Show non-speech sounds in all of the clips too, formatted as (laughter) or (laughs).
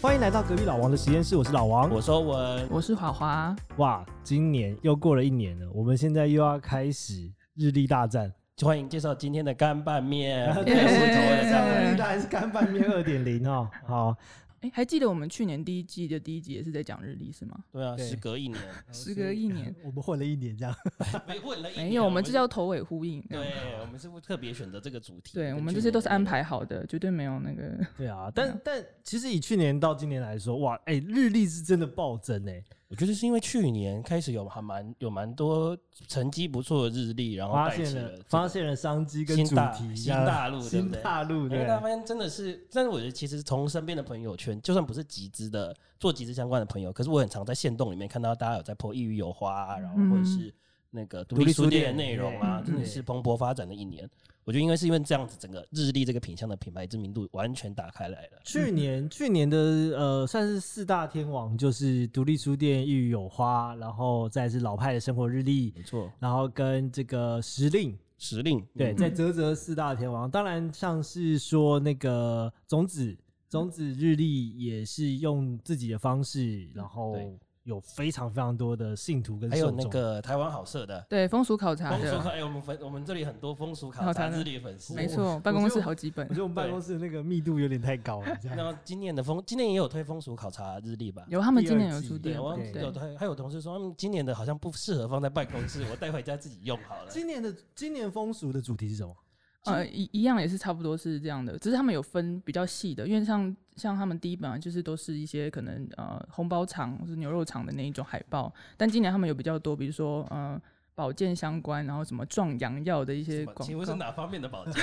欢迎来到隔壁老王的实验室，我是老王。我说文，我是华华，哇，今年又过了一年了，我们现在又要开始日历大战。欢迎介绍今天的干拌面。 (laughs) 对，我们耶这样日历大战是干拌面二点零 (laughs) 哦。好，哎、还记得我们去年第一季的第一集也是在讲日历是吗？对啊，对时隔一年，时隔一年，我们混了一年这样。没混 (laughs) 了一年。没有，我们这是叫头尾呼应。这样对，我们是特别选择这个主题。对，跟我们去这些年都是安一样。排好的，绝对没有那个。对啊，但但其实以去年到今年来说，哇，哎、日历是真的暴增哎、我觉得是因为去年开始有还蛮有蛮多成绩不错的日历，然后发带现起了、这个发现了商机跟新主大题，新这样大陆对不新对大陆因为对。大家发现真的哎是，但是我觉得其实从身边的朋友圈，就算不是集资的，做集资相关的朋友，可是我很常在线动里面看到大家有在破抑郁有花、啊，然后嗯或者是那个独独立立书书店店的内容啊，对真的对是蓬勃发展的一年。我觉得因为是因为这样子，整个日历这个品相的品牌知名度完全打开来了。去嗯年去年的呃，算是四大天王，就是独立书店、一语有花，然后再是老派的生活日历，没错，然后跟这个时令，时令对，嗯在泽泽四大天王，当然像是说那个种子，种子日历也是用自己的方式，然后嗯对有非常非常多的信徒跟还受有众。那个台湾好社的对，风俗考察风俗的，卡，哎，我们粉我们这里很多风俗卡好杂谈的日历粉丝，没我错，办我公就室好几本我觉，得我们办对公室的那个密度有点太高 (laughs) 了，这那样。么今年的风，今年也有推风俗考察日历吧？有他们第今二年有季出第对，二我本，有对，同还有同事说，嗯，今年的好像不适合放在办公室，我带回家自己用好了。今年的今年风俗的主题是什么？呃，一一样也是差不多是这样的，只是他们有分比较细的，因为像像他们第一本啊，就是都是一些可能呃红包厂或是牛肉厂的那一种海报，但今年他们有比较多，比如说呃保健相关，然后什么壮阳药的一些什么广请问是告。哪方面的保健？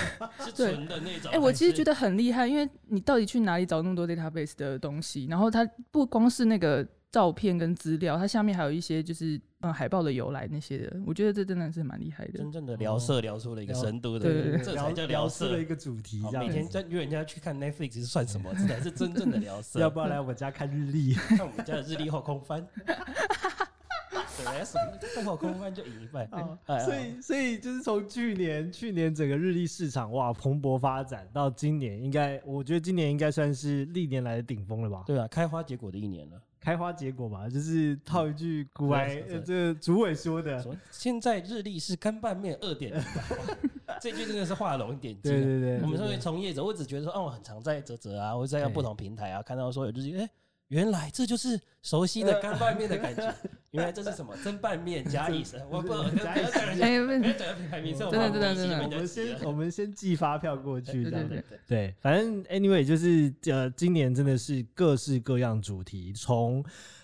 是对纯的那种？哎、我其实觉得得很厉害，因为你到底去哪里找那么多 database 的东西？然后它不光是那个照片跟资料，它下面还有一些就是呃海报的由来那些的。我觉得这真的是蛮厉害的真。正的聊色聊出了一个深度的，对对对这才叫聊出色了一。个主题，好这样每天子。在约人家去看 Netflix 是算什么？这才是真正的聊 (laughs) 色。要不要来我家看日历？看我们家的日历后空翻，本来什么不后空翻就赢一半。哎哦所以，所以就是从去年去年整个日历市场哇蓬勃发展到今年，应该我觉得今年应该算是历年来的顶峰了吧，对啊，开花结果的一年了。开花结果吧，就是套一句嗯古来对对呃对这个主委说的什，么现在日历是干拌面二点零吧？ (laughs) 这句真的是画龙点睛啊。对对对，我们对身为对从业者，我只觉得说，哦，我很常在泽泽啊，或者在对不同平台啊，看到说有就是，哎、原来这就是熟悉呃的干拌面的感 (laughs) 觉，原来这是什么蒸拌面加意思，我不不要讲人家， (laughs) 哎、不是不要讲品牌名称，我真的怕真的我自己真的被我人家们挤了先我哦们先寄发票过去，对这样对子对对，反正 anyway 就是呃，今年真的是各式各样主题，从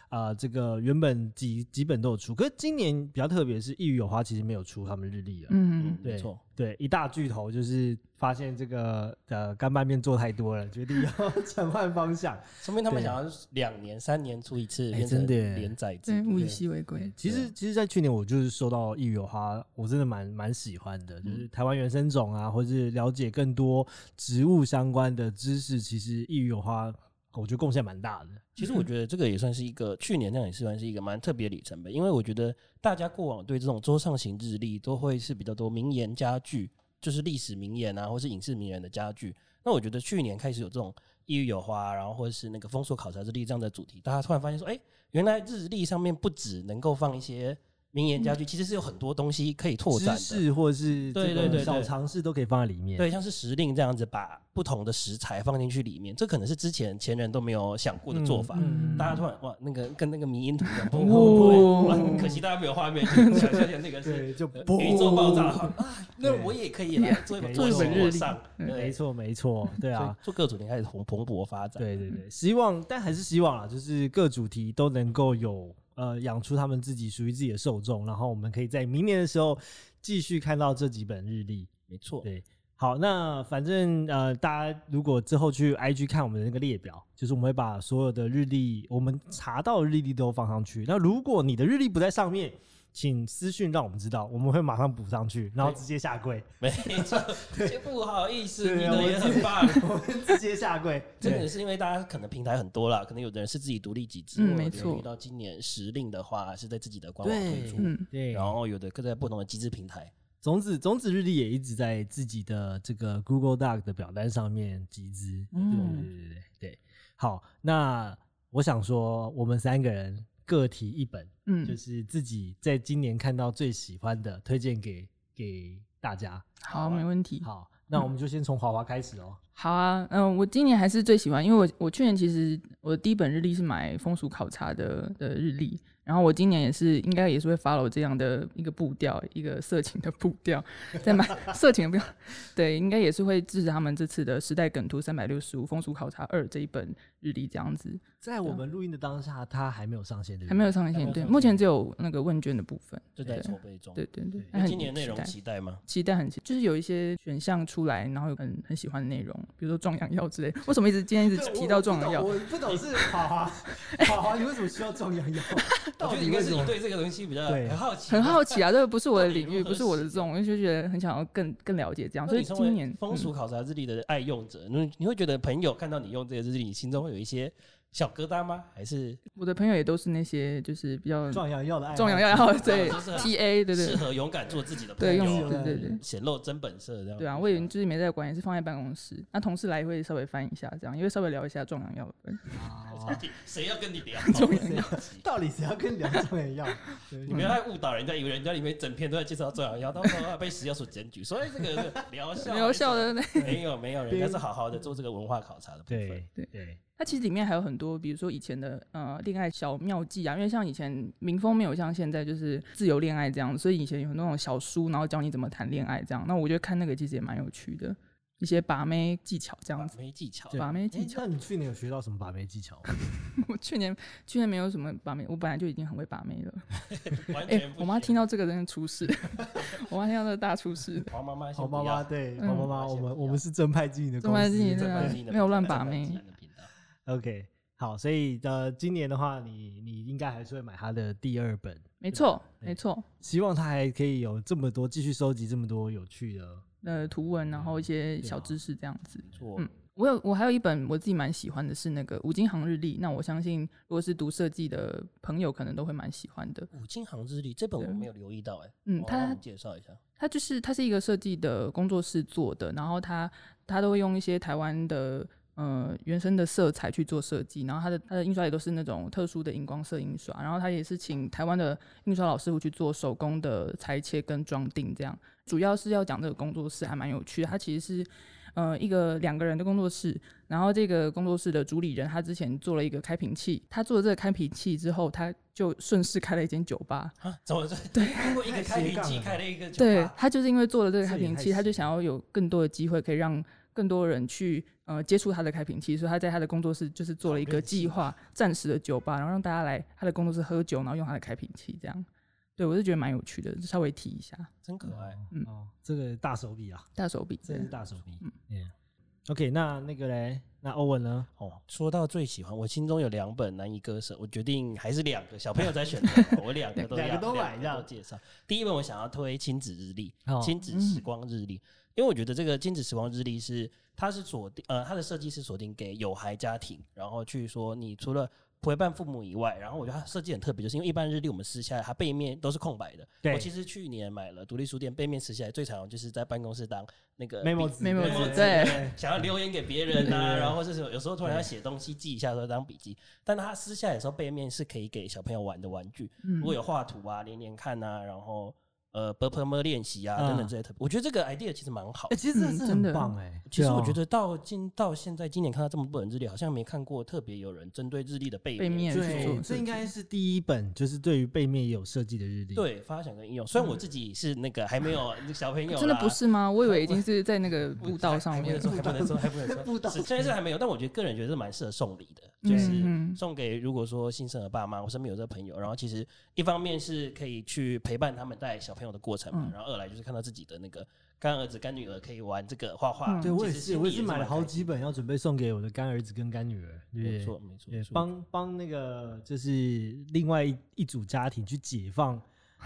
啊、呃这个原本几几本都有出，可是今年比较特别是《一语有花》其实没有出他们日历了。嗯嗯，，对没错，对，一大巨头就是发现这个呃干拌面做太多了，决定要 (laughs) 转换方向。说明他们对想要两年、三年出一次，哎变成真的耶连载对，制。物以稀为贵。其啊实，其实，在去年我就是收到一有花，我真的蛮蛮喜欢的，嗯就是台湾原生种啊，或是了解更多植物相关的知识，其实一有花，我觉得贡献蛮大的。其实嗯我觉得这个也算是一个去年那样也是算是一个蛮特别的里程碑，因为我觉得大家过往对这种桌上型日历都会是比较多名言佳句，就是历史名言啊，或是影视名言的佳句。那我觉得去年开始有这种一语有花，然后或者是那个风俗考察日历这样的主题，大家突然发现说，哎，原来日历上面不只能够放一些名言佳句，其实是有很多东西可以拓展嗯知的。识或是对这对种对小对尝试都可以放在里面。对，像是时令这样子，把不同的食材放进去里面，这可能是之前前人都没有想过的做法。嗯大家突然哇，那个跟那个迷音图一样，砰哦砰砰哇可惜大家没有画面，想象一下那个嗯是呃对，就宇宙爆炸啊！那我也可以来做一本做一本日历我上，嗯没对，错没错，对 (laughs) 所以啊。做各主题开始蓬蓬勃发展。对对 (laughs) 对，希望，但还是希望啊，就是各主题都能够有呃养出他们自己属于自己的受众，然后我们可以在明年的时候继续看到这几本日历。没错，对，好，那反正呃，大家如果之后去 IG 看我们的那个列表，就是我们会把所有的日历，我们查到的日历都放上去。那如果你的日历不在上面，请私讯让我们知道，我们会马上补上去，然后直接下跪， (laughs) 没错，不好意思，对啊你我的也很 (laughs) 棒。我们直接下跪。真对的是因为大家可能平台很多啦，可能有的人是自己独立几支，嗯我有没留错意到今年时令的话是在自己的官网推出，嗯，对，然后有的各在不同的机制平台。种子种子日历也一直在自己的这个 Google Doc 的表单上面集资。嗯对对对对对。好，那我想说，我们三个人各提一本，就嗯，是自己在今年看到最喜欢的，推荐给给大家。好，没问题。好，那我们就先从华华开始哦。好啊，嗯、我今年还是最喜欢，因为我我去年其实我的第一本日历是买风俗考察的的日历，然后我今年也是应该也是会 follow 这样的一个步调，一个色情的步调，在买色情的步调，对，应该也是会支持他们这次的时代梗图三百六十五风俗考察二这一本日历这样子，在我们录音的当下，它啊还没有上线，对不对还没有上嗯还没线，有对，上目前线只有那个问卷的部分，就在筹备中。对对对，那很今年内容期待期待吗？期待很期，就是有一些选项出来，然后有很很喜欢的内容，比如说壮阳药之类。为什么一直今天一直对提到壮阳药？我不懂我不懂是华 (laughs) 华，华华，你为什么需要壮阳药？我到觉得底应为该什是你么？对这个东西比较对很好奇，很好奇啊，这个不是我的到底领域，如何不是我的写这种，我就觉得很想要更更了解这样。那所以你身为今年风俗嗯考察日历的爱用者，你你会觉得朋友看到你用这个日历，你心中会有一些小疙瘩吗？还是我的朋友也都是那些就是比较壮阳药的爱好壮阳药，对 (laughs) 就是很 T A，对适对合勇敢做自己的朋对，用友，对对对。显露真本色这样？对啊，(laughs) 我也就是没在管，也是放在办公室。那同事来也会稍微翻一下，这样，也会稍微聊一下壮阳药的部分。啊谁要跟你聊？ (laughs) 重要我好奇 (laughs) 到底谁要跟你聊壮阳药？对你不要再误导人家，以为人家里面整篇都在介绍壮阳药，到时候还被食药所检举，所以这个是疗效疗效的那没有没有，人家是好好的做这个文化考察的部分。对对对它其实里面还有很多，比如说以前的呃恋爱小妙计啊，因为像以前民风没有像现在就是自由恋爱这样，所以以前有那种小书，然后教你怎么谈恋爱这样。那我觉得看那个其实也蛮有趣的，一些把妹技巧这样子。啊 (laughs) 没技巧，对把妹技哎那你去年有学到什么把妹技巧吗？我去年去年没有什么把妹，我本来就已经很会把妹了。完哎、全不我妈行啊听到这个真的 (laughs) 出事，我妈听到这个大出事。黄妈妈 (laughs) 好先不妈要，妈，对嗯好妈妈，我们我们是正派经营的公司，正派经营这对啊本是你的没有频道乱把这本妹是你的频 (laughs) 道 OK，好，所以呃，今年的话，你你应该还是会买他的第二本，没错，对没错。希望他还可以有这么多，继续收集这么多有趣的。呃，图文，然后一些对小啊知识这样子。没错嗯我有我还有一本我自己蛮喜欢的是那个《五金行日历》，那我相信如果是读设计的朋友，可能都会蛮喜欢的。五金行日历这本我对没有留意到哎、嗯黄它妈妈我们介绍一下，它就是它是一个设计的工作室做的，然后它它都会用一些台湾的呃原生的色彩去做设计，然后它的它的印刷也都是那种特殊的荧光色印刷，然后它也是请台湾的印刷老师傅去做手工的裁切跟装订，这样主要是要讲这个工作室还蛮有趣的，它其实是。呃，一个两个人的工作室，然后这个工作室的主理人他之前做了一个开瓶器，他做了这个开瓶器之后，他就顺势开了一间酒吧，啊，怎么对？通过一个开太斜瓶杠器了 (laughs) 开了一个酒对吧，他就是因为做了这个这开也瓶太器，他就行想要有更多的机会可以让更多人去呃接触他的开瓶器，所以他在他的工作室就是做了一好个任计性啊划，暂时的酒吧，然后让大家来他的工作室喝酒，然后用他的开瓶器这样。对我是觉得蛮有趣的，就稍微提一下真可爱。哦嗯哦，这个大手笔啊，大手笔。真的对是大手笔嗯。嗯，OK，那那个嘞，那欧文呢？哦，说到最喜欢，我心中有两本难以割舍，我决定还是两个小朋友在选择 (laughs) 嘛，我两个都要，两个都买这两样个都介绍。第一本我想要推亲子日历，哦亲子时光日历，因为我觉得这个亲子时光日历是它是锁定呃它的设计是锁定给有孩家庭，然后去说你除了。陪伴父母以外，然后我觉得它设计很特别，就是因为一般日历我们撕下来，它背面都是空白的。对我其实去年买了独立书店，背面撕下来最常用就是在办公室当那个 memo 笔纸 memo 纸对对，想要留言给别人对对啊，对然后或是什么，有时候突然要写东西记一下，说当笔记。但他撕下来的时候，背面是可以给小朋友玩的玩具，嗯如果有画图啊、连连看啊，然后呃 b u r p m 练习啊嗯等等这些特别，我觉得这个 idea 其实蛮好哎，。其实嗯这是真很的棒哎。其实我觉对啊得到今到现在今年看到这么多人日历，好像没看过特别有人针对日历的背背面面去做对，设这计应该是第一本，就是对于背面也有设计的日历。，对发想跟应用。虽然我自己是那个还没有小朋友啦，真的不是吗？我以为已我经是在那个不步道上还不面能了说，。还不能说，还不能 (laughs) 说，步道是现在是还没有，但我觉得个人觉得是蛮适合送礼的，就是嗯嗯送给如果说新生儿爸妈，我身边有这个朋友，然后其实一方面是可以去陪伴他们带小朋友的过程嘛，嗯然后二来就是看到自己的那个干儿子干女儿可以玩这个画画，嗯对我也其实是，心里我也是买了蛮开好心几本，要准备送给我的干儿子跟干女儿。的，对不对没错没错对没，错，帮帮那个就是另外一一组家庭去解放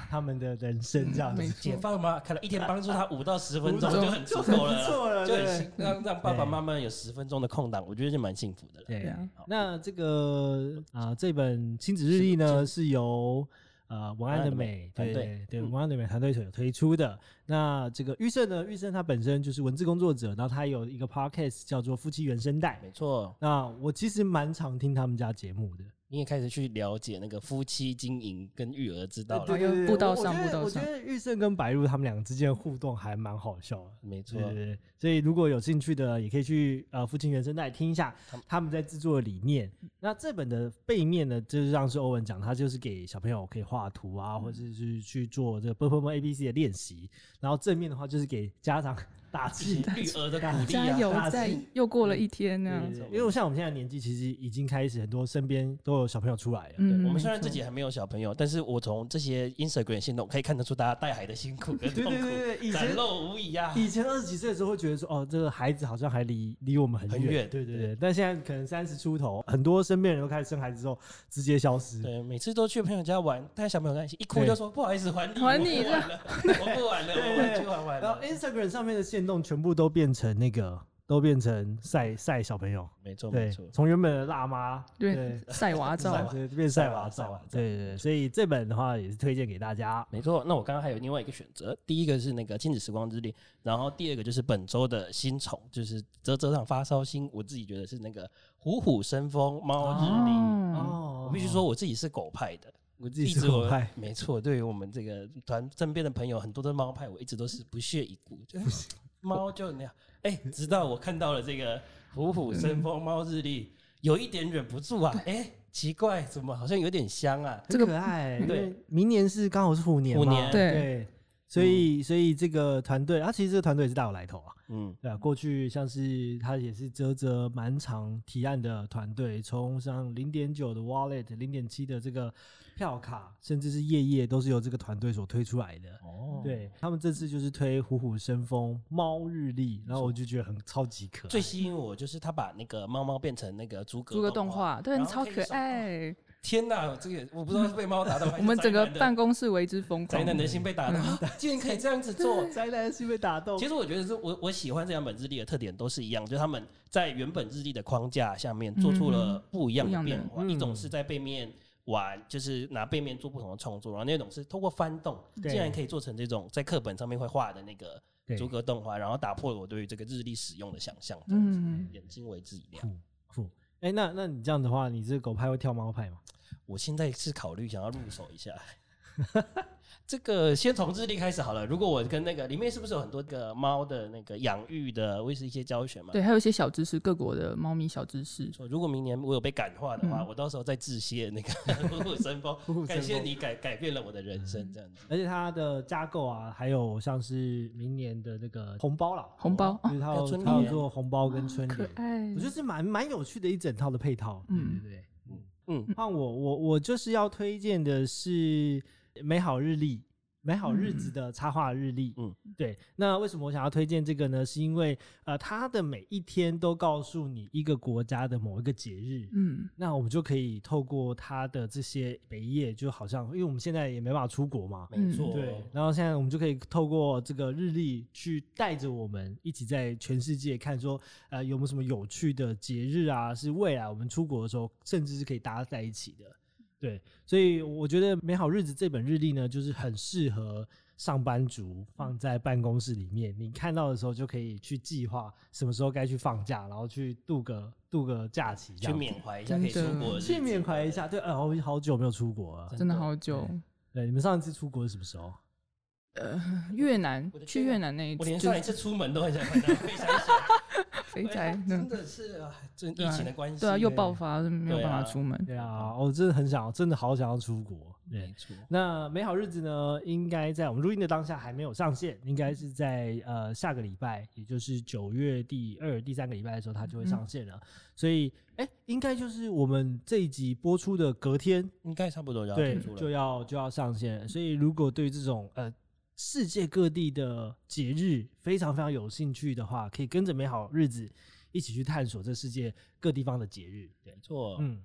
他们的人生这样嗯没子，解错，放吗？可能一天帮助他五到十分钟五到就很足就很够了不错啦，了就对很幸让让爸爸妈妈有十分钟的空档，我觉得就蛮幸福的了。对对啊好那这个啊、这本亲子日历呢，是由呃文案的美对对对嗯文案的美团队所推出的。那这个玉胜呢，玉胜他本身就是文字工作者，然后他有一个 podcast 叫做《夫妻原声带》。没错，那我其实蛮常听他们家节目的，你也开始去了解那个夫妻经营跟育儿之道对了。对对，哦步道我我上觉得步道我觉得玉胜跟白鹿他们两个之间的互动还蛮好笑的。没错对，对对，所以如果有兴趣的，也可以去呃父亲原声带听一下他们他们在制作的理念。那这本的背面呢，就是让是欧文讲，他就是给小朋友可以画图啊，或者是去做这个 p u r p l e A B C 的练习。然后正面的话，就是给家长打 (laughs) 气。育儿的鼓励加油啊，大，在吉又过了一天那样对子。对对因为像我们现在的年纪，其实已经开始很多身边都有小朋友出来了。对嗯，我们虽然没错自己还没有小朋友，但是我从这些 Instagram 的行动可以看得出大家带孩的辛苦跟对痛对苦，对对，以前展露无遗啊。 (laughs) 以前二十几岁的时候会觉得说，哦，这个孩子好像还离离我们很很远对对对。但现在可能三十出头，很多身边人都开始生孩子之后直接消失。对，每次都去朋友家玩，带小朋友在一起，一哭就说不好意思，还你，还你我不玩了，我不玩了，对 (laughs) 我对玩去玩完然后了。 Instagram 上面的线动全部都变成那个，都变成晒晒小朋友。没错，没对错，，从原本的辣妈，对，(laughs) 晒娃晒照，对变晒娃晒娃照照，对对对。所以这本的话也是推荐给大家。没错。那我刚刚还有另外一个选择，第一个是那个亲子时光之恋，然后第二个就是本周的新宠，就是啧啧上发烧心，我自己觉得是那个虎虎生风猫之灵。哦，哦我必须说，，我自己是狗派的。我自一己直是我狗派，没错。对于我们这个团身边的朋友，很多都是猫派，我一直都是不屑一顾。就 (laughs) 猫就那样，哎、直到我看到了这个虎虎生风猫日历，有一点忍不住啊，哎、奇怪，怎么好像有点香啊？这个很可爱。对，明年是刚好是虎年嘛，虎年对对，所以所以这个团队，啊，其实这个团队也是大有来头啊。嗯，对啊，过去像是他也是泽泽蛮长提案的团队，从像零点九的 Wallet、零点七的这个票卡，甚至是夜夜都是由这个团队所推出来的。哦，对他们这次就是推虎虎生风、猫日历，然后我就觉得很超级可爱。最吸引我就是他把那个猫猫变成那个逐格做个动画，对，然后超可以可手爱。天哪，这个我不知道是被猫打到，还是我们整个宅男的办嗯公室为之疯宅狂。男的心被打到， (laughs) 竟然可以这样子 (laughs) 做，宅男是被打动其实我觉得是我我喜欢这两本日历的特点都是一样，就是他们在原本日历的框架下面做出了不一样的变化，嗯一种是在背面玩，就是拿背面做不同的创作，然后那种是透过翻动，对竟然可以做成这种在课本上面会画的那个对逐格动画，然后打破了我对于这个日历使用的想象，嗯，眼睛为之一亮。酷酷。哎，那那你这样的话，你这个狗派会跳猫派吗？我现在是考虑想要入手一下。 (laughs) 这个先从日历开始好了。如果我跟那个里面是不是有很多个猫的那个养育的，或是一些教学嘛？对，还有一些小知识，各国的猫咪小知识。说，如果明年我有被感化的话，嗯我到时候再致谢那 (laughs) 个虎虎生虎虎生风，(laughs) 感谢风你改改变了我的人嗯生，这样子。而且它的架构啊，还有像是明年的那个红包啦，红包就哦是它还有有春它有联做红包跟 (laughs) 春可联，爱我觉得是蛮蛮有趣的一整套的配套。嗯对对对，嗯，换我我我就是要推荐的是《美好日历》。美好日嗯子的插画日历，嗯嗯，对。那为什么我想要推荐这个呢？是因为呃，它的每一天都告诉你一个国家的某一个节日，嗯，那我们就可以透过它的这些每一页，就好像因为我们现在也没办法出国嘛，嗯没错，对，然后现在我们就可以透过这个日历去带着我们一起在全世界看说，呃，有没有什么有趣的节日啊？是未来我们出国的时候，甚至是可以大家在一起的。对，所以我觉得《美好日子》这本日历呢，就是很适合上班族放在办公室里面，你看到的时候就可以去计划什么时候该去放假，然后去度个度个假期这去样子，缅怀一下可真的以出国的日子，去缅怀一下。对，呃，我好久没有出国了。真的好久。对，你们上一次出国是什么时候？越南我的去天啊越南那一我次，连就上一是次出门都很想回来，回想一想肥宅，真嗯的是啊，这对疫啊情的关系，对啊，又对爆发，没有对办法啊出门。对啊，我真的很想，真的好想要出国。对没，错，那美好日子呢，应该在我们录音的当下还没有上线，应该是在呃下个礼拜，也就是九月第二、第三个礼拜的时候，它嗯就会上线了。所以，哎、应该就是我们这一集播出的隔天，应该差不多就要对结束，就了。要就要上线了。所以，如果对这种呃世界各地的节日非常非常有兴趣的话，可以跟着美好日子一起去探索这世界各地方的节日。对没，错，嗯，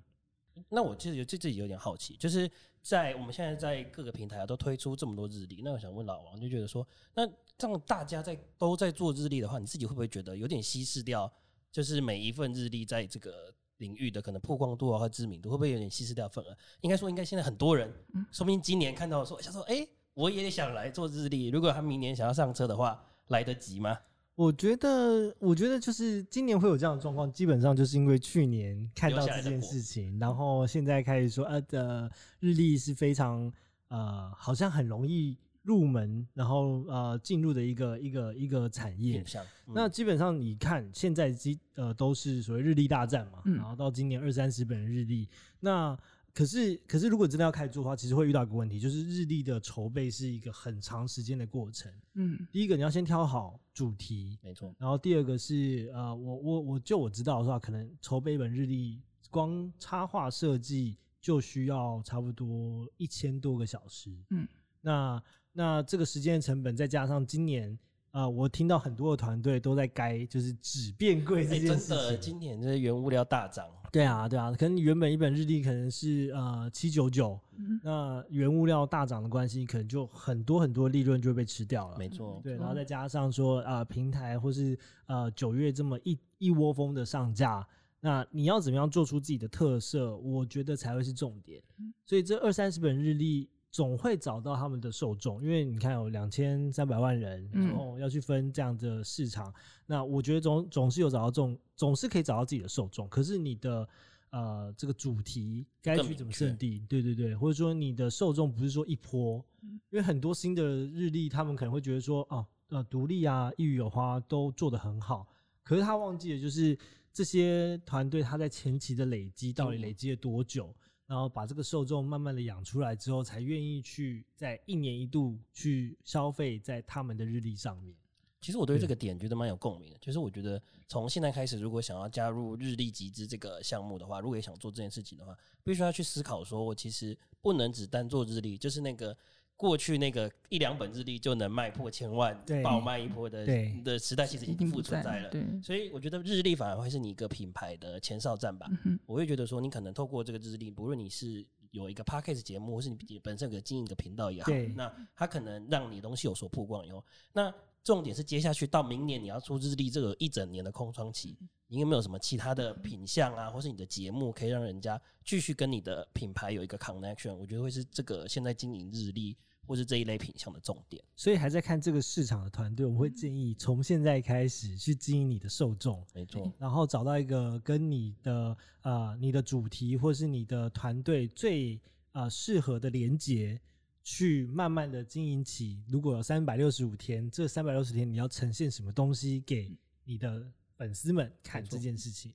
那我其实有对自己有点好奇，就是在我们现在在各个平台、啊、都推出这么多日历，那我想问老王，就觉得说，那这样大家在都在做日历的话，你自己会不会觉得有点稀释掉？就是每一份日历在这个领域的可能曝光度啊和知名度，会不会有点稀释掉？份额？应该说，应该现在很多人，嗯说不定今年看到说想说，哎、我也想来做日历。如果他明年想要上车的话，来得及吗？我觉得，我觉得就是今年会有这样的状况，基本上就是因为去年看到这件事情，然后现在开始说，呃，的日历是非常呃，好像很容易入门，然后呃，进入的一个一个一个产业影。像、嗯那基本上你看，现在基呃都是所谓日历大战嘛，嗯然后到今年二三十本日历，那可是可是如果真的要开做的话，其实会遇到一个问题，就是日历的筹备是一个很长时间的过程。嗯第一个你要先挑好主题，没错，然后第二个是呃，我我我就我知道的话，可能筹备一本日历，光插画设计就需要差不多一千多个小时。嗯，那那这个时间的成本，再加上今年呃，我听到很多的团队都在该就是纸变贵这哎、件真事的，情。今年这些原物料大涨，对啊，对啊，可能原本一本日历可能是呃七九九，嗯那原物料大涨的关系，可能就很多很多利润就会被吃掉了。没错，对，嗯然后再加上说呃平台或是呃九月这么一一窝蜂的上架，那你要怎么样做出自己的特色，我觉得才会是重点。所以这二三十本日历总会找到他们的受众，因为你看有两千三百万人，嗯然后要去分这样的市场，那我觉得总总是有找到这种，总是可以找到自己的受众，可是你的。呃，这个主题该更去明怎么确设定？对对对，或者说你的受众不是说一波，因为很多新的日历，他们可能会觉得说，哦，呃，独立啊，一语有花都做得很好，可是他忘记了，就是这些团队他在前期的累积到底嗯累积了多久，然后把这个受众慢慢的养出来之后，才愿意去在一年一度去消费在他们的日历上面。其实我对对这个点觉得蛮有共鸣的，就是我觉得从现在开始，如果想要加入日历集资这个项目的话，如果也想做这件事情的话，必须要去思考说，我其实不能只单做日历，就是那个过去那个一两本日历就能卖破千万对、爆卖一波的对的时代，其实已一经定不不存在了。对，所以我觉得日历反而会是你一个品牌的前哨站吧。嗯哼我会觉得说，你可能透过这个日历，不论你是有一个 p a c k a g e 节目，或是你本身有个经营一个频道也好对，那它可能让你的东西有所曝光以后，那重点是接下去到明年你要出日历这个一整年的空窗期，你有没有什么其他的品相啊，或是你的节目可以让人家继续跟你的品牌有一个 connection？我觉得会是这个现在经营日历或是这一类品相的重点。所以还在看这个市场的团队，我们会建议从现在开始去经营你的受众，没错，然后找到一个跟你的呃你的主题或是你的团队最呃适合的连接，去慢慢的经营起。如果有三百六十五天，这三百六十天你要呈现什么东西给你的粉丝们看嗯没错这件事情。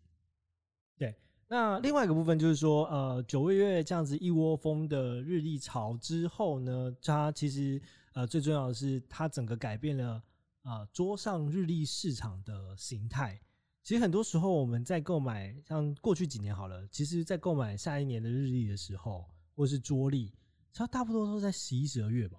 对，那另外一个部分就是说，呃，九个月这样子一窝蜂的日历潮之后呢，它其实呃最重要的是它整个改变了呃桌上日历市场的形态。其实很多时候我们在购买，像过去几年好了，其实在购买下一年的日历的时候，或是桌历，它差不多都在十一、十二月吧，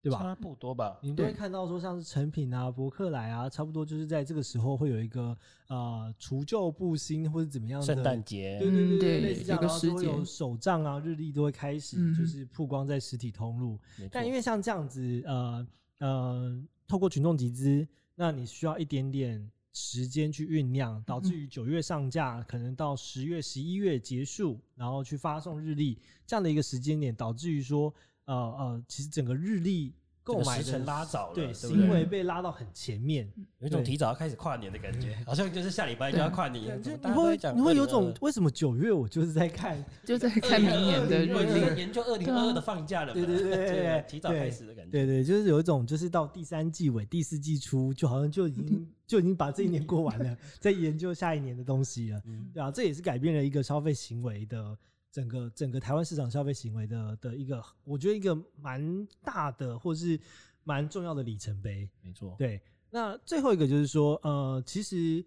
对吧？差不多吧。你们都会对看到说，像是成品啊、博客来啊，差不多就是在这个时候会有一个呃除旧布新或者怎么样的圣诞节，对对对嗯对，对类似这样有个然后就时会节有手账啊、日历都会开始嗯就是曝光在实体通路。没错但因为像这样子，呃呃，透过群众集资，那你需要一点点时间去酝酿，导嗯致于九月上架，可能到十月、十一月结束，然后去发送日历这样的一个时间点，导致于说，呃呃，其实整个日历这购个买时辰成拉早了，对对不行对？为被拉到很前面，有一种对提早要开始跨年的感觉，好像就是下礼拜就要跨年了。就你怎么嗯大家都在会讲你会有种2022为什么九月我就是在看 (laughs) 就在看明年的日2022历，研究二零二二的放假了嘛，对对 (laughs) 对对这个对提早开始的感觉。对对，就是有一种，就是到第三季尾、第四季初，就好像就已 (laughs) 经就已经把这一年过完了，在研究下一年的东西了，嗯对啊，这也是改变了一个消费行为的整个整个台湾市场消费行为的的一个，我觉得一个蛮大的或是蛮重要的里程碑。没错，对，那最后一个就是说，呃，其实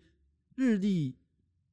日历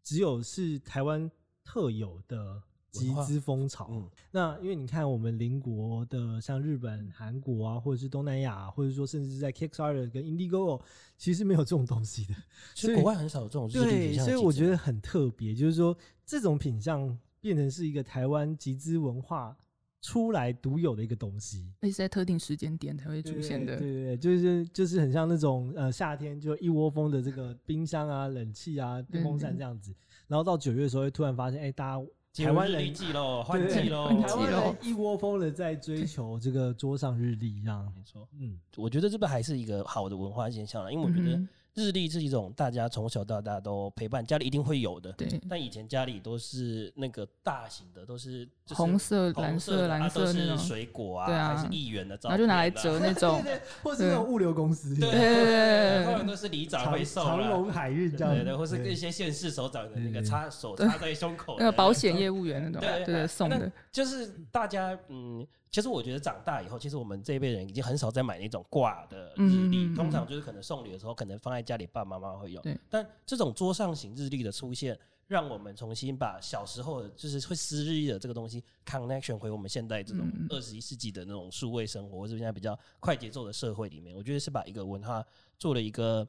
只有是台湾特有的集文化资风潮，嗯，那因为你看，我们邻国的像日本、韩国啊，或者是东南亚、或者说甚至是在 Kickstarter 跟 Indiegogo，其实没有这种东西的。其所实以国外很少有这种日历对，品相所的啊以集我资觉得很特别，就是说这种品相变成是一个台湾集资文化出来独有的一个东西。而且是在特定时间点才会出现的。嗯对对对，就是就是很嗯像那种呃夏天就一窝蜂的这个冰箱啊、冷气啊、电风扇这样子。然后到九月的时候，会突然发现，哎，大家进台入湾日历人季喽，换对季喽，换台季湾喽人一窝蜂的在追求这个桌上日历，这样，没错，嗯，，我觉得这个还是一个好的文化现象了，因为我觉得嗯日历是一种大家从小到大都陪伴，家里一定会有的。对但以前家里都是那个大型的，都是就是红色、红蓝色、色、蓝啊、都色那是种，水果啊，对啊还是一元的照然片啊，后就拿来折那种 (laughs) 对对，或是那种物流公司，对，对对对， (laughs) 对后来都是里长长会收长了，隆海运这样，对对，或是一些县市首长的那个对插手插在胸口的那个那保种险业务员那种，对对对对对送的，就是大家，嗯，其实我觉得长大以后，其实我们这一辈人已经很少在买那种挂的日历，嗯嗯嗯通常就是可能送礼的时候，可能放在家里，爸爸妈妈会用对。但这种桌上型日历的出现，让我们重新把小时候的，就是会撕日历的这个东西 connection 回我们现代这种嗯嗯二十一世纪的那种数位生活，或者现在比较快节奏的社会里面，我觉得是把一个文化做了一个。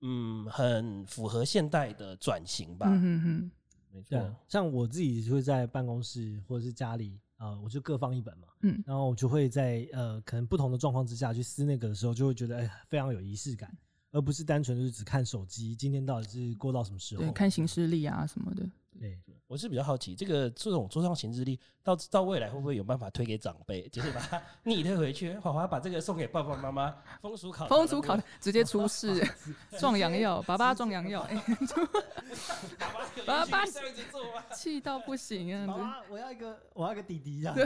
嗯，很符合现代的转型吧，嗯哼哼，没错对，啊，像我自己就会在办公室或者是家里，呃，我就各放一本嘛，嗯然后我就会在呃可能不同的状况之下去撕那个的时候，就会觉得哎、非常有仪式感，而不是单纯就是只看手机，今天到底是过到什么时对，候？看行事历啊什么的，对，我是比较好奇，这个这种桌上型日历到到未来会不会有办法推给长辈，就是把 (laughs) 它逆推回去，华华把这个送给爸爸妈妈，风俗考风俗 (laughs) 考的直接出事，壮阳药，爸爸壮阳药， (laughs) 哎，部分，爸 (laughs) 爸爸爸这样子做吗？气到不行这样妈子，妈，啊我要一个，我要一个弟弟这样。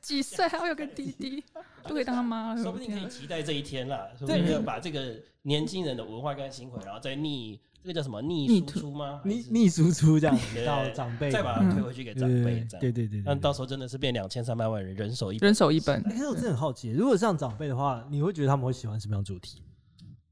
几岁还有个弟弟，都可以当他妈了，说我不定可以天啊期待这一天啦，说不 (laughs) 定要把这个年轻人的文化跟心怀，然后再逆这个叫什么逆逆嗯输推出吗？还逆是逆输出这样 (laughs) 对子到长辈，再把它推回去给长辈，这对对对对对。样，但到时候真的是变两千三百万人人手一本。人手一本，哎，可是我真的很好奇，如果像长辈的话，你会觉得他们会喜欢什么样的主题？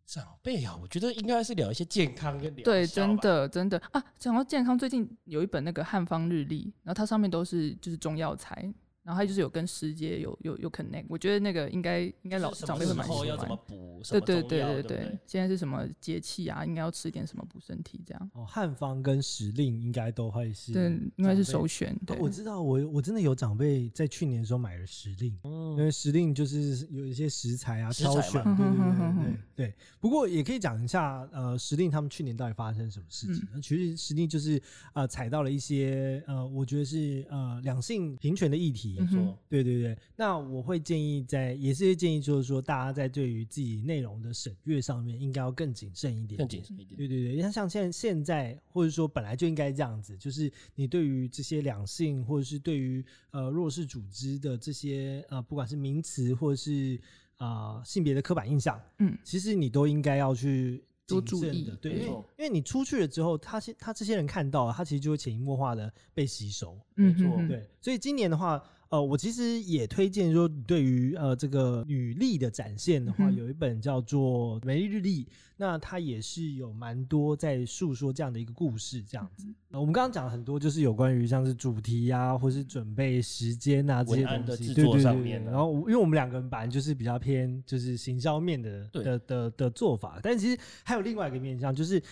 长辈啊，我觉得应该是聊一些健康跟疗对，效真吧的真的啊！讲到健康，最近有一本那个汉方日历，然后它上面都是就是中药材，然后它就是有跟时节有有有 connect，我觉得那个应该应该老就是什么长辈会时蛮候喜要怎么欢。补，什对么中对药，对对对不对。现在是什么节气啊？应该要吃点什么补身体这样？哦，汉方跟时令应该都会是对，应该是长辈首选。对哦，我知道，我我真的有长辈在去年的时候买了时令，因为时令就是有一些食材啊嗯食材挑选，嘛对对嗯嗯对嗯对对对。不过也可以讲一下，呃，时令他们去年到底发生什么事情嗯？那其实时令就是呃踩到了一些呃，我觉得是呃两性平权的议题，嗯哼说对对对，那我会建议在，也是建议就是说，大家在对于自己内容的审阅上面，应该要更谨慎一点，更谨慎一点。对对对，像像现现在，或者说本来就应该这样子，就是你对于这些两性，或者是对于呃弱势组织的这些呃，不管是名词或者是啊、呃性别的刻板印象，嗯，其实你都应该要去多谨注慎意的对，因没为错因为你出去了之后，他是他这些人看到了，他其实就会潜移默化的被吸收，嗯没错哼哼对，所以今年的话，呃，我其实也推荐说，对于呃这个女力的展现的话，嗯有一本叫做《美丽日历》，那它也是有蛮多在诉说这样的一个故事，这样子。嗯呃我们刚刚讲了很多，就是有关于像是主题啊，或是准备时间啊这些文案东的西，制对作对上对面对啊然后我因为我们两个人本来就是比较偏就是行销面的对的的的做法，但其实还有另外一个面向就是。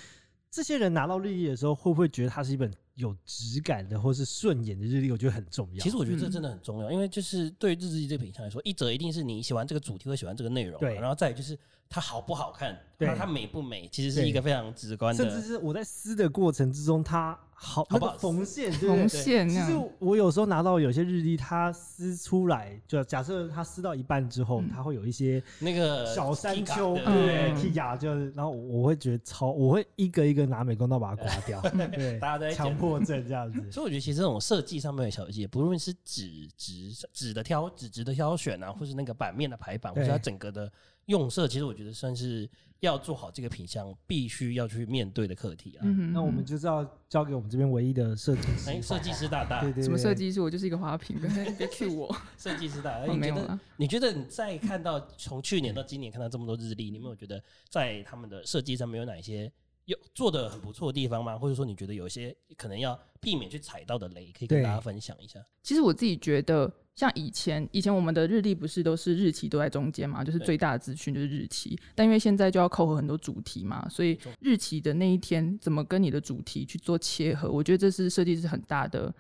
这些人拿到日历的时候，会不会觉得它是一本有质感的，或是顺眼的日历？我觉得很重要。其实我觉得这嗯真的很重要，因为就是对日记这个品相来说，一则一定是你喜欢这个主题，会喜欢这个内容嘛，对然后再来就是它好不好看，对那它美不美，其实是一个非常直观甚至的。是我在撕的过程之中，它好好不好那个缝线，对不对红？线其那实样，我有时候拿到有些日历，它撕出来，就假设它撕到一半之后，它会有一些那个小山丘，对对不对对嗯剔牙，就是，然后我会觉得超，我会一个一个拿美工刀把它刮 (laughs) 掉，对大，家在强讲。迫症这样子。 (laughs) 所以我觉得其实这种设计上面的小细节，不论是纸质纸的挑纸质的挑选啊，或是那个版面的排版，或对是它整个的用色，其实我觉得算是要做好这个品相必须要去面对的课题啊。嗯哼，那我们哼就是要交给我们这边唯一的设计哎、师，设计师大大对，对，什么对设？计师？我就是一个花 (laughs) 瓶，别别 cue 我，设计师大哎大，哦我你没觉有得啦。你觉得你在看到从去年到今年看到这么多日历，你有没有觉得在他们的设计上面有哪一些有做的很不错的地方吗？或者说你觉得有一些可能要避免去踩到的雷，可以跟对大家分享一下？其实我自己觉得，像以前以前我们的日历不是都是日期都在中间嘛，就是对最大的资讯就是日期。但因为现在就要扣合很多主题嘛，所以错日期的那一天怎么跟你的主题去做切合，我觉得这是设计师很大的。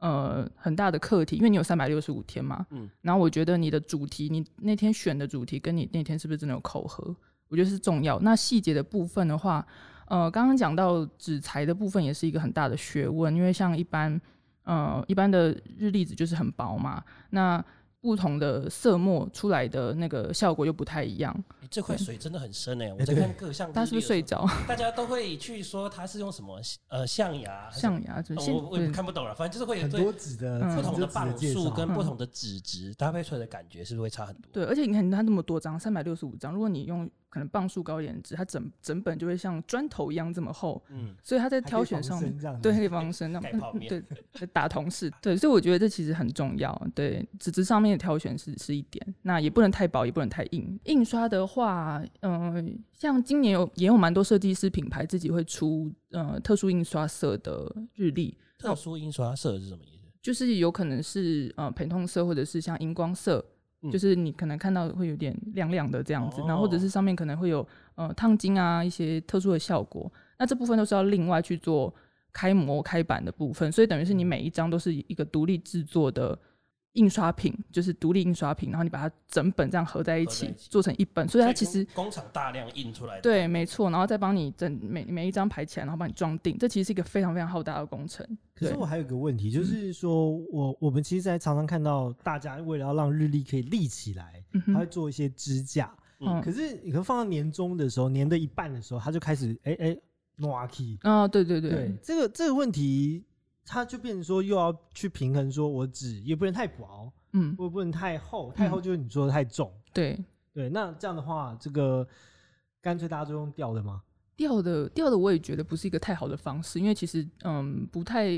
呃，很大的课题，因为你有三百六十五天嘛，嗯嗯，然后我觉得你的主题，你那天选的主题跟你那天是不是真的有扣合，我觉得是重要。那细节的部分的话，呃，刚刚讲到纸材的部分也是一个很大的学问，因为像一般呃一般的日历纸就是很薄嘛，那不同的色墨出来的那个效果又不太一样。诶这块水真的很 (laughs) 深哎、我在看各项，大家是不是睡？着？大家都会去说它是用什么呃 (laughs) 象牙还是什么， (laughs) 象牙这呃现我我也对看不懂了，反正就是会有很对多纸的嗯不同的纸的磅介数绍，跟不嗯同的纸质搭配出来的感觉，是不是会差很多？对，而且你看它那么多张，三百六十五张，如果你用可能磅数高一点的纸，它整整本就会像砖头一样这么厚，嗯，所以它在还可以挑选防上身面这样子对，可以防身那盖嗯泡面对，打同事，对，所以我觉得这其实很重要。对，纸质上面的挑选是是一点，那也不能太薄，也不能太硬。印刷的话，嗯、像今年有也有蛮多设计师品牌自己会出呃特殊印刷色的日历，特殊印刷色是什么意思？就是有可能是呃陪痛色，或者是像荧光色。嗯就是你可能看到会有点亮亮的这样子，然后或者哦是上面可能会有呃烫金啊一些特殊的效果，那这部分都是要另外去做开模开版的部分，所以等于是你嗯每一张都是一个独立制作的印刷品，就是独立印刷品，然后你把它整本这样合在一合在起一起做成一本，所以它所以其实工工厂大量印出来的，对，没错，然后再帮你整每每一张排起来，然后帮你装订，这其实是一个非常非常浩大的工程。可是对我还有一个问题，嗯就是说我我们其实，在常常看到大家为了要让日历可以立起来，嗯他会哼，做一些支架。嗯可是你可能放到年终的时候，年的一半的时候，他就开始哎哎 n o k 啊、对对对，对，这个这个问题，它就变成说又要去平衡，说我纸也不能太薄，嗯，我也不能太厚，太厚就是你说的太重。对，对，那这样的话，这个干脆大家都用掉的吗？吊的吊的，我也觉得不是一个太好的方式，因为其实嗯不太，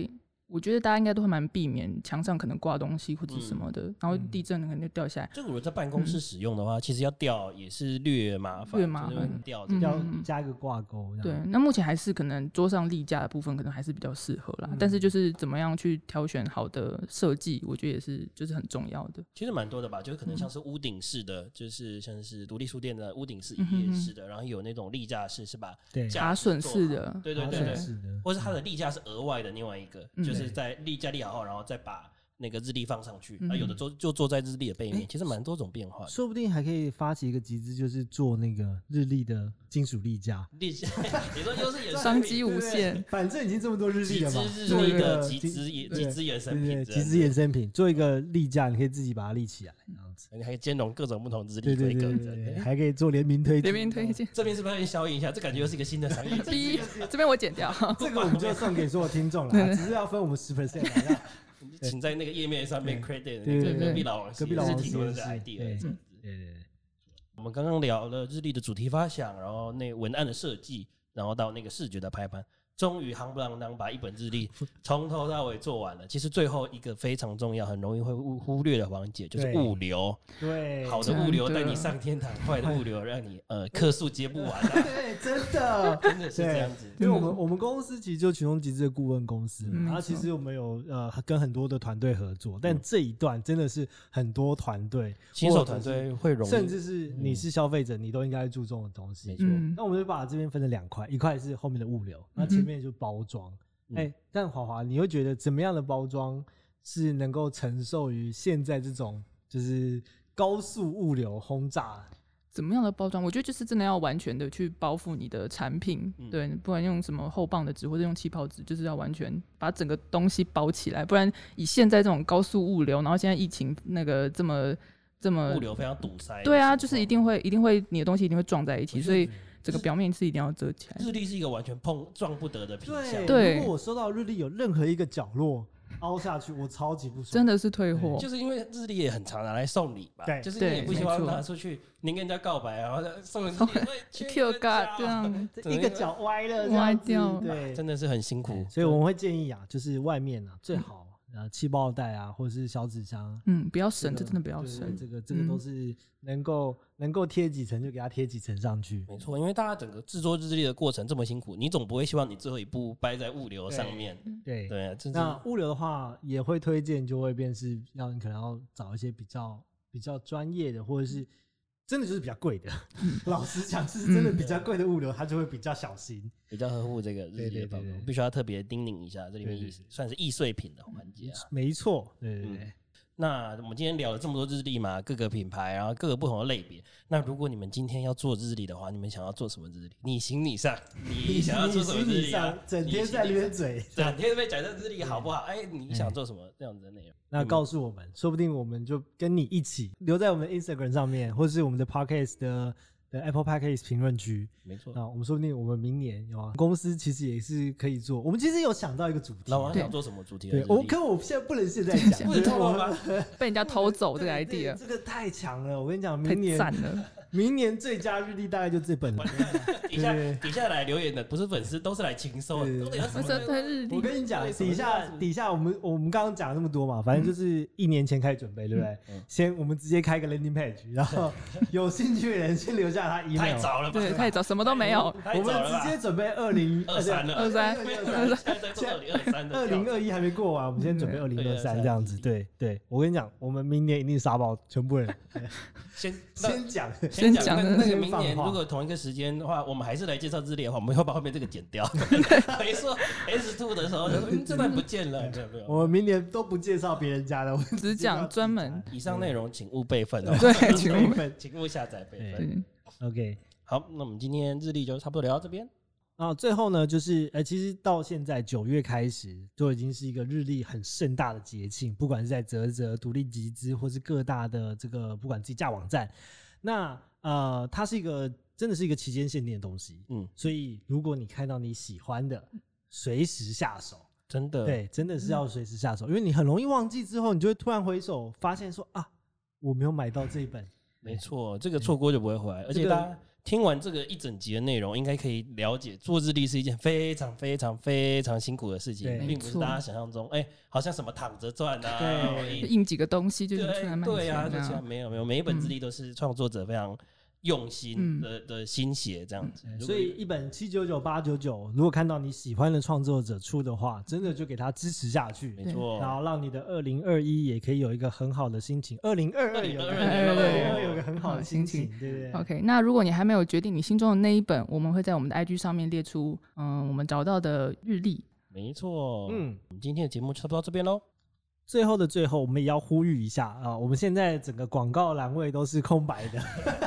我觉得大家应该都会蛮避免墙上可能挂东西或者什么的，然后嗯地震可能就掉下来。这个如果在办公室使用的话，其实要吊也是略麻烦，略麻烦就是用吊这嗯个要加一个挂钩这对啊样。，那目前还是可能桌上立架的部分可能还是比较适合啦，嗯但是就是怎么样去挑选好的设计，我觉得也是就是很重要的。其实蛮多的吧，就是可能嗯像是屋顶式的，就是像是独立书店的屋顶是一页式的，然后有那种立架式是吧？嗯对，架打损做式好的，对对然后对顺对，势的，或是它的立架是额外的另外一个，嗯就是在立架立好后，然后再把那个日历放上去，嗯啊，有的坐就坐在日历的背面，其实蛮多种变化的。说不定还可以发起一个集资，就是做那个日历的金属立架。立架， (laughs) 你说又是衍商生机品，无对 (laughs) 限。反正已经这么多日历集了嘛资，日做历一的个集资衍对集资衍对生对，品，集资衍生品，做一个立架，你可以自己把它立起来，这样子。你还兼容各种不同日历对对规格对，这对对，样还可以做联名推这荐。边推荐，这边是不是要消音一下？这感觉又是一个新的商业机制 B (laughs) 这边我剪掉。这个我们就送给所有听众对了，对只是要分我们十 percent。 (laughs) 请在那个页面上面 credit 对那对个对隔壁老王，隔壁老王是提供的是 idea 嗯对嗯这样子。对对对，我们刚刚聊了日历的主题发想，然后那文案的设计，然后到那个视觉的排版，终于夯不啷当把一本 (laughs) 日历从头到尾做完了。其实最后一个非常重要，很容易会忽忽略的环节就是对物流，对，好的真的物流带你上天堂，坏的物流让你呃客数接不完啊，对，真的。 (laughs) 真的是这样子。因为我们我们公司其实就群众集资的顾问公司嗯没嘛，然后其错实我们有呃跟很多的团队合作，但这一段真的是很多团队，嗯新手团队会容易，嗯甚至是你是消费者，你都应该注重的东没西。错，嗯那我们就把这边分成两块，一块是后面的物流，那嗯前面就包装。嗯哎、但华华，你会觉得怎么样的包装是能够承受于现在这种就是高速物流轰炸？怎么样的包装，我觉得就是真的要完全的去包覆你的产品，嗯对，不管用什么厚磅的纸或者用气泡纸，就是要完全把整个东西包起来，不然以现在这种高速物流，然后现在疫情那个这么这么物，流嗯非常堵塞。对啊，就是一。定会一定会你的东西一定会撞在一起，所以整就个是表面是一定要遮起来。日历是一个完全碰撞不得的品相，对如果我收到日历有任何一个角落凹下去，我超级不爽。真的，的是退货，就是因为日历也很常拿来送礼吧，对就是你也不希望对没错拿出去，您跟人家告白，然后送人家 (laughs) ，Q 嘎这，样，一个角歪了，这歪样子掉对，真的是很辛苦对。所以我们会建议啊，就是外面啊最好呃气包袋啊，或者是小纸箱啊。嗯，不要省，这这个真的不要对省。这个这个都嗯是能够能够贴几层就给它贴几层上去。没错，因为大家整个制作日历的过程这么辛苦，你总不会希望你最后一步掰在物流上面，嗯对，对啊，这是那物流的话也会推荐，就会变是要你可能要找一些比较比较专业的，或者是真的就是比较贵的。老实讲，是真的比较贵的物流，它就会比较小心。比较呵护这个日历的包对对对对装，必须要特别叮�咛一下，这里面对对算是易碎品的环节啊。没错，对对对。那我们今天聊了这么多日历嘛，各个品牌，然后各个不同的类别。那如果你们今天要做日历的话，你们想要做什么日历？你行你上， (laughs) 你想要做什么日历啊？整天在那边嘴，整天被讲这日历好不好？哎，你想做什么这样子的内容？嗯那告诉我们，说不定我们就跟你一起留在我们的 Instagram 上面，或是我们的 Podcast 的的 Apple Podcast 评论区。没错。啊，我们说不定我们明年有啊，公司其实也是可以做。我们其实有想到一个主题啊老，王对想做什么主题的日对历？，我可我现在不能现在想讲，不能透露我吗？被人家偷走这个对对 idea，这个太强了。我跟你讲，太明年赞了。明年最佳日历大概就这本了。底下对底下来留言的不是粉丝，都是来情收的，对都得要什我么说对日我历，跟你讲，对什么底都下是底下我们我们刚刚讲了那么多嘛，反正就是一年前开始准备，对不对嗯？先我们直接开个 landing page，然 (laughs) 后有兴趣的人先留下他 email。太早了吧？对，太早，什么 (laughs) 都没有。太我早们了吧直接准备二零 (laughs) 二三了，二三二现在在做二零二三的二调零查二一还没过完，我们先准备二零二2023三这样子。对对，我跟你讲，我们明年一定杀爆全部人。先那先讲， (laughs) 先先讲那那个先明放年话如果同一个时间的话，我们还是来介绍日历的话，我们要把后面这个剪掉。没说 S two 的时候，就说嗯这段不见了，没有没有。我们明年都不介绍别人家的，我们只讲专门以上内容请勿备份哦，对，请备问，份。 (laughs) 请勿下载备份。对 OK，好，那我们今天日历就差不多聊到这边。啊，最后呢，就是呃，其实到现在九月开始，都已经是一个日历很盛大的节庆，不管是在泽泽独立集资，或是各大的这个不管自己架网站，那呃，它是一个真的是一个期间限定的东西，嗯，所以如果你看到你喜欢的，随时下手，真的，，对，真的是要随时下手，因为你很容易忘记，之后你就会突然回首，发现说啊，我没有买到这一本，没错，这个错过就不会回来。而且这个大家听完这个一整集的内容，应该可以了解做日历是一件非常非常非常辛苦的事情对，并不没是错大家想象中，哎，好像什么躺着赚啊，对一印几个东西就对是出来卖对啊，钱就这是样。没有没有，每一本日历都是创作者非常用心嗯的、的心血这样子，如果所以一本七九九八九九，如果看到你喜欢的创作者出的话，真的就给他支持下去，没错，然后让你的二零二一也可以有一个很好的心情，二零二二有个2022有个很好的心情，对不对 OK，那如果你还没有决定你心中的那一本，我们会在我们的 IG 上面列出，嗯，我们找到的日历。没错，嗯，嗯，我们今天的节目差不多到这边喽，最后的最后，我们也要呼吁一下啊、我们现在整个广告栏位都是空白 (laughs) 的。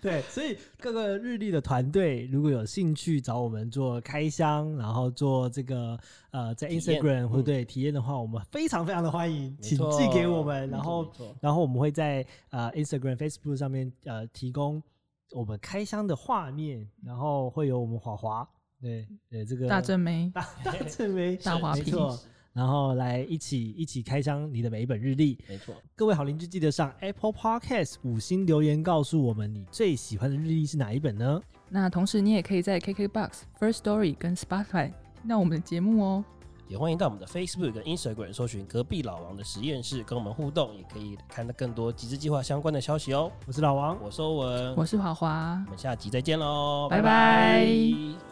对，所以各个日历的团队如果有兴趣找我们做开箱，然后做这个呃在体验 Instagram 或嗯对体验的话，我们非常非常的欢迎，没请错寄给我们，然没后错没错然后我们会在呃 Instagram、Facebook 上面呃提供我们开箱的画面，然后会有我们华华对对这个大正妹，大大正梅大花没瓶错，然后来一起一起开箱你的每一本日历。没错，各位好邻居，记得上 Apple Podcast 五星留言，告诉我们你最喜欢的日历是哪一本呢？那同时你也可以在 KKBox、First Story 跟 Spotify 听到我们的节目哦。也欢迎到我们的 Facebook 跟 Instagram 搜寻隔壁老王的实验室跟我们互动，也可以看到更多集资计划相关的消息哦。我是老王，嗯我是欧文，我是华华我，们下集再见喽，拜拜拜